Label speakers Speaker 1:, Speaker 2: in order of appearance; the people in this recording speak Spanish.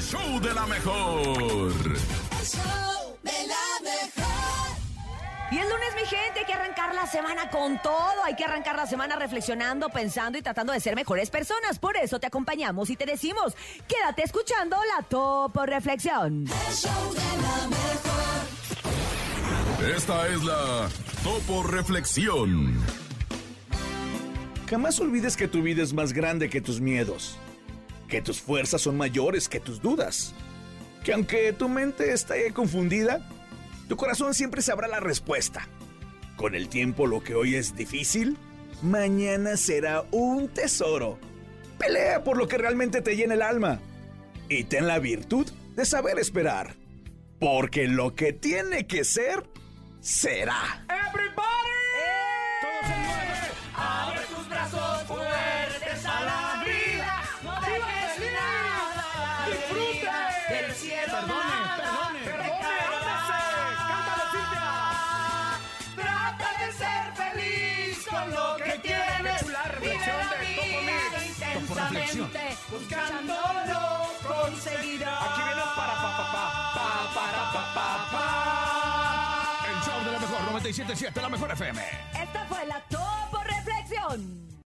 Speaker 1: show de la mejor.
Speaker 2: El show de la mejor.
Speaker 3: Y el lunes, mi gente, hay que arrancar la semana con todo. Hay que arrancar la semana reflexionando, pensando y tratando de ser mejores personas. Por eso te acompañamos y te decimos, quédate escuchando la Topo Reflexión.
Speaker 2: El show de la mejor.
Speaker 1: Esta es la Topo Reflexión.
Speaker 4: Jamás olvides que tu vida es más grande que tus miedos, que tus fuerzas son mayores que tus dudas, que aunque tu mente esté confundida, tu corazón siempre sabrá la respuesta. Con el tiempo lo que hoy es difícil, mañana será un tesoro. Pelea por lo que realmente te llena el alma y ten la virtud de saber esperar, porque lo que tiene que ser, será.
Speaker 5: Aquí viene para pa pa pa pa para pa pa pa.
Speaker 1: El show de la mejor 977, la mejor FM.
Speaker 3: Esta fue la Topo Reflexión.